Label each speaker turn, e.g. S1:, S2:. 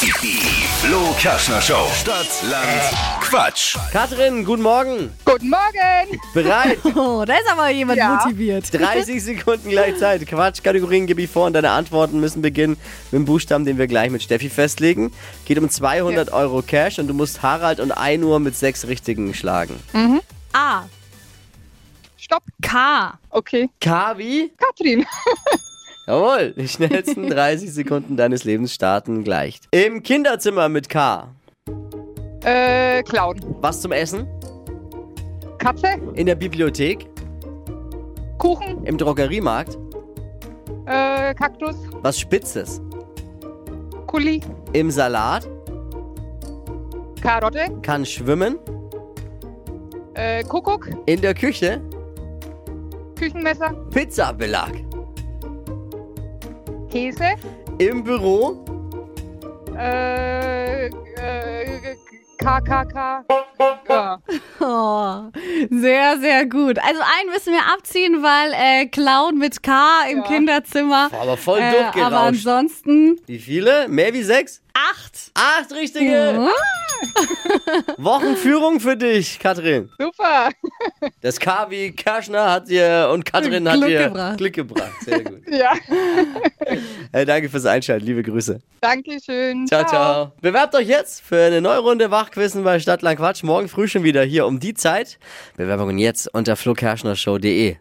S1: Die Flo Kaschner Show. Stadt, Land, Quatsch.
S2: Katrin, guten Morgen.
S3: Guten Morgen!
S2: Bereit?
S4: Oh, da ist aber jemand
S3: Ja.
S4: motiviert.
S2: 30 Sekunden gleichzeitig. Quatsch, Kategorien gebe ich vor und deine Antworten müssen beginnen mit dem Buchstaben, den wir gleich mit Steffi festlegen. Geht um 200 Euro Cash und du musst Harald und 1 Uhr mit sechs Richtigen schlagen.
S4: A.
S3: Stopp!
S4: K.
S3: Okay,
S2: Kavi?
S3: Katrin.
S2: Jawohl, die schnellsten 30 Sekunden deines Lebens starten gleich. Im Kinderzimmer mit K.
S3: Äh, Clown.
S2: Was zum Essen?
S3: Katze.
S2: In der Bibliothek?
S3: Kuchen.
S2: Im Drogeriemarkt?
S3: Äh, Kaktus.
S2: Was Spitzes?
S3: Kuli.
S2: Im Salat?
S3: Karotte.
S2: Kann schwimmen?
S3: Äh, Kuckuck.
S2: In der Küche?
S3: Küchenmesser.
S2: Pizzabelag?
S3: Käse.
S2: Im Büro?
S3: Äh, äh, KKK. Ja.
S4: Oh, sehr, sehr gut. Also einen müssen wir abziehen, weil äh, Clown mit K im
S3: Ja.
S4: Kinderzimmer.
S2: War aber voll
S4: äh,
S2: durchgerauscht.
S4: aber ansonsten
S2: Wie viele? Mehr wie sechs?
S4: acht. Mhm.
S2: Acht richtige! Wochenführung für dich, Katrin.
S3: Super.
S2: Das KW Kerschner hat dir und Katrin hat
S4: Glück
S2: dir
S4: gebracht.
S2: Glück gebracht. Sehr gut.
S3: Ja.
S2: Äh, danke fürs Einschalten. Liebe Grüße.
S3: Dankeschön.
S2: Ciao, ciao. Bewerbt euch jetzt für eine neue Runde Wachquissen bei Stadtland Quatsch. Morgen früh schon wieder hier um die Zeit. Bewerbungen jetzt unter flokerschnershow.de.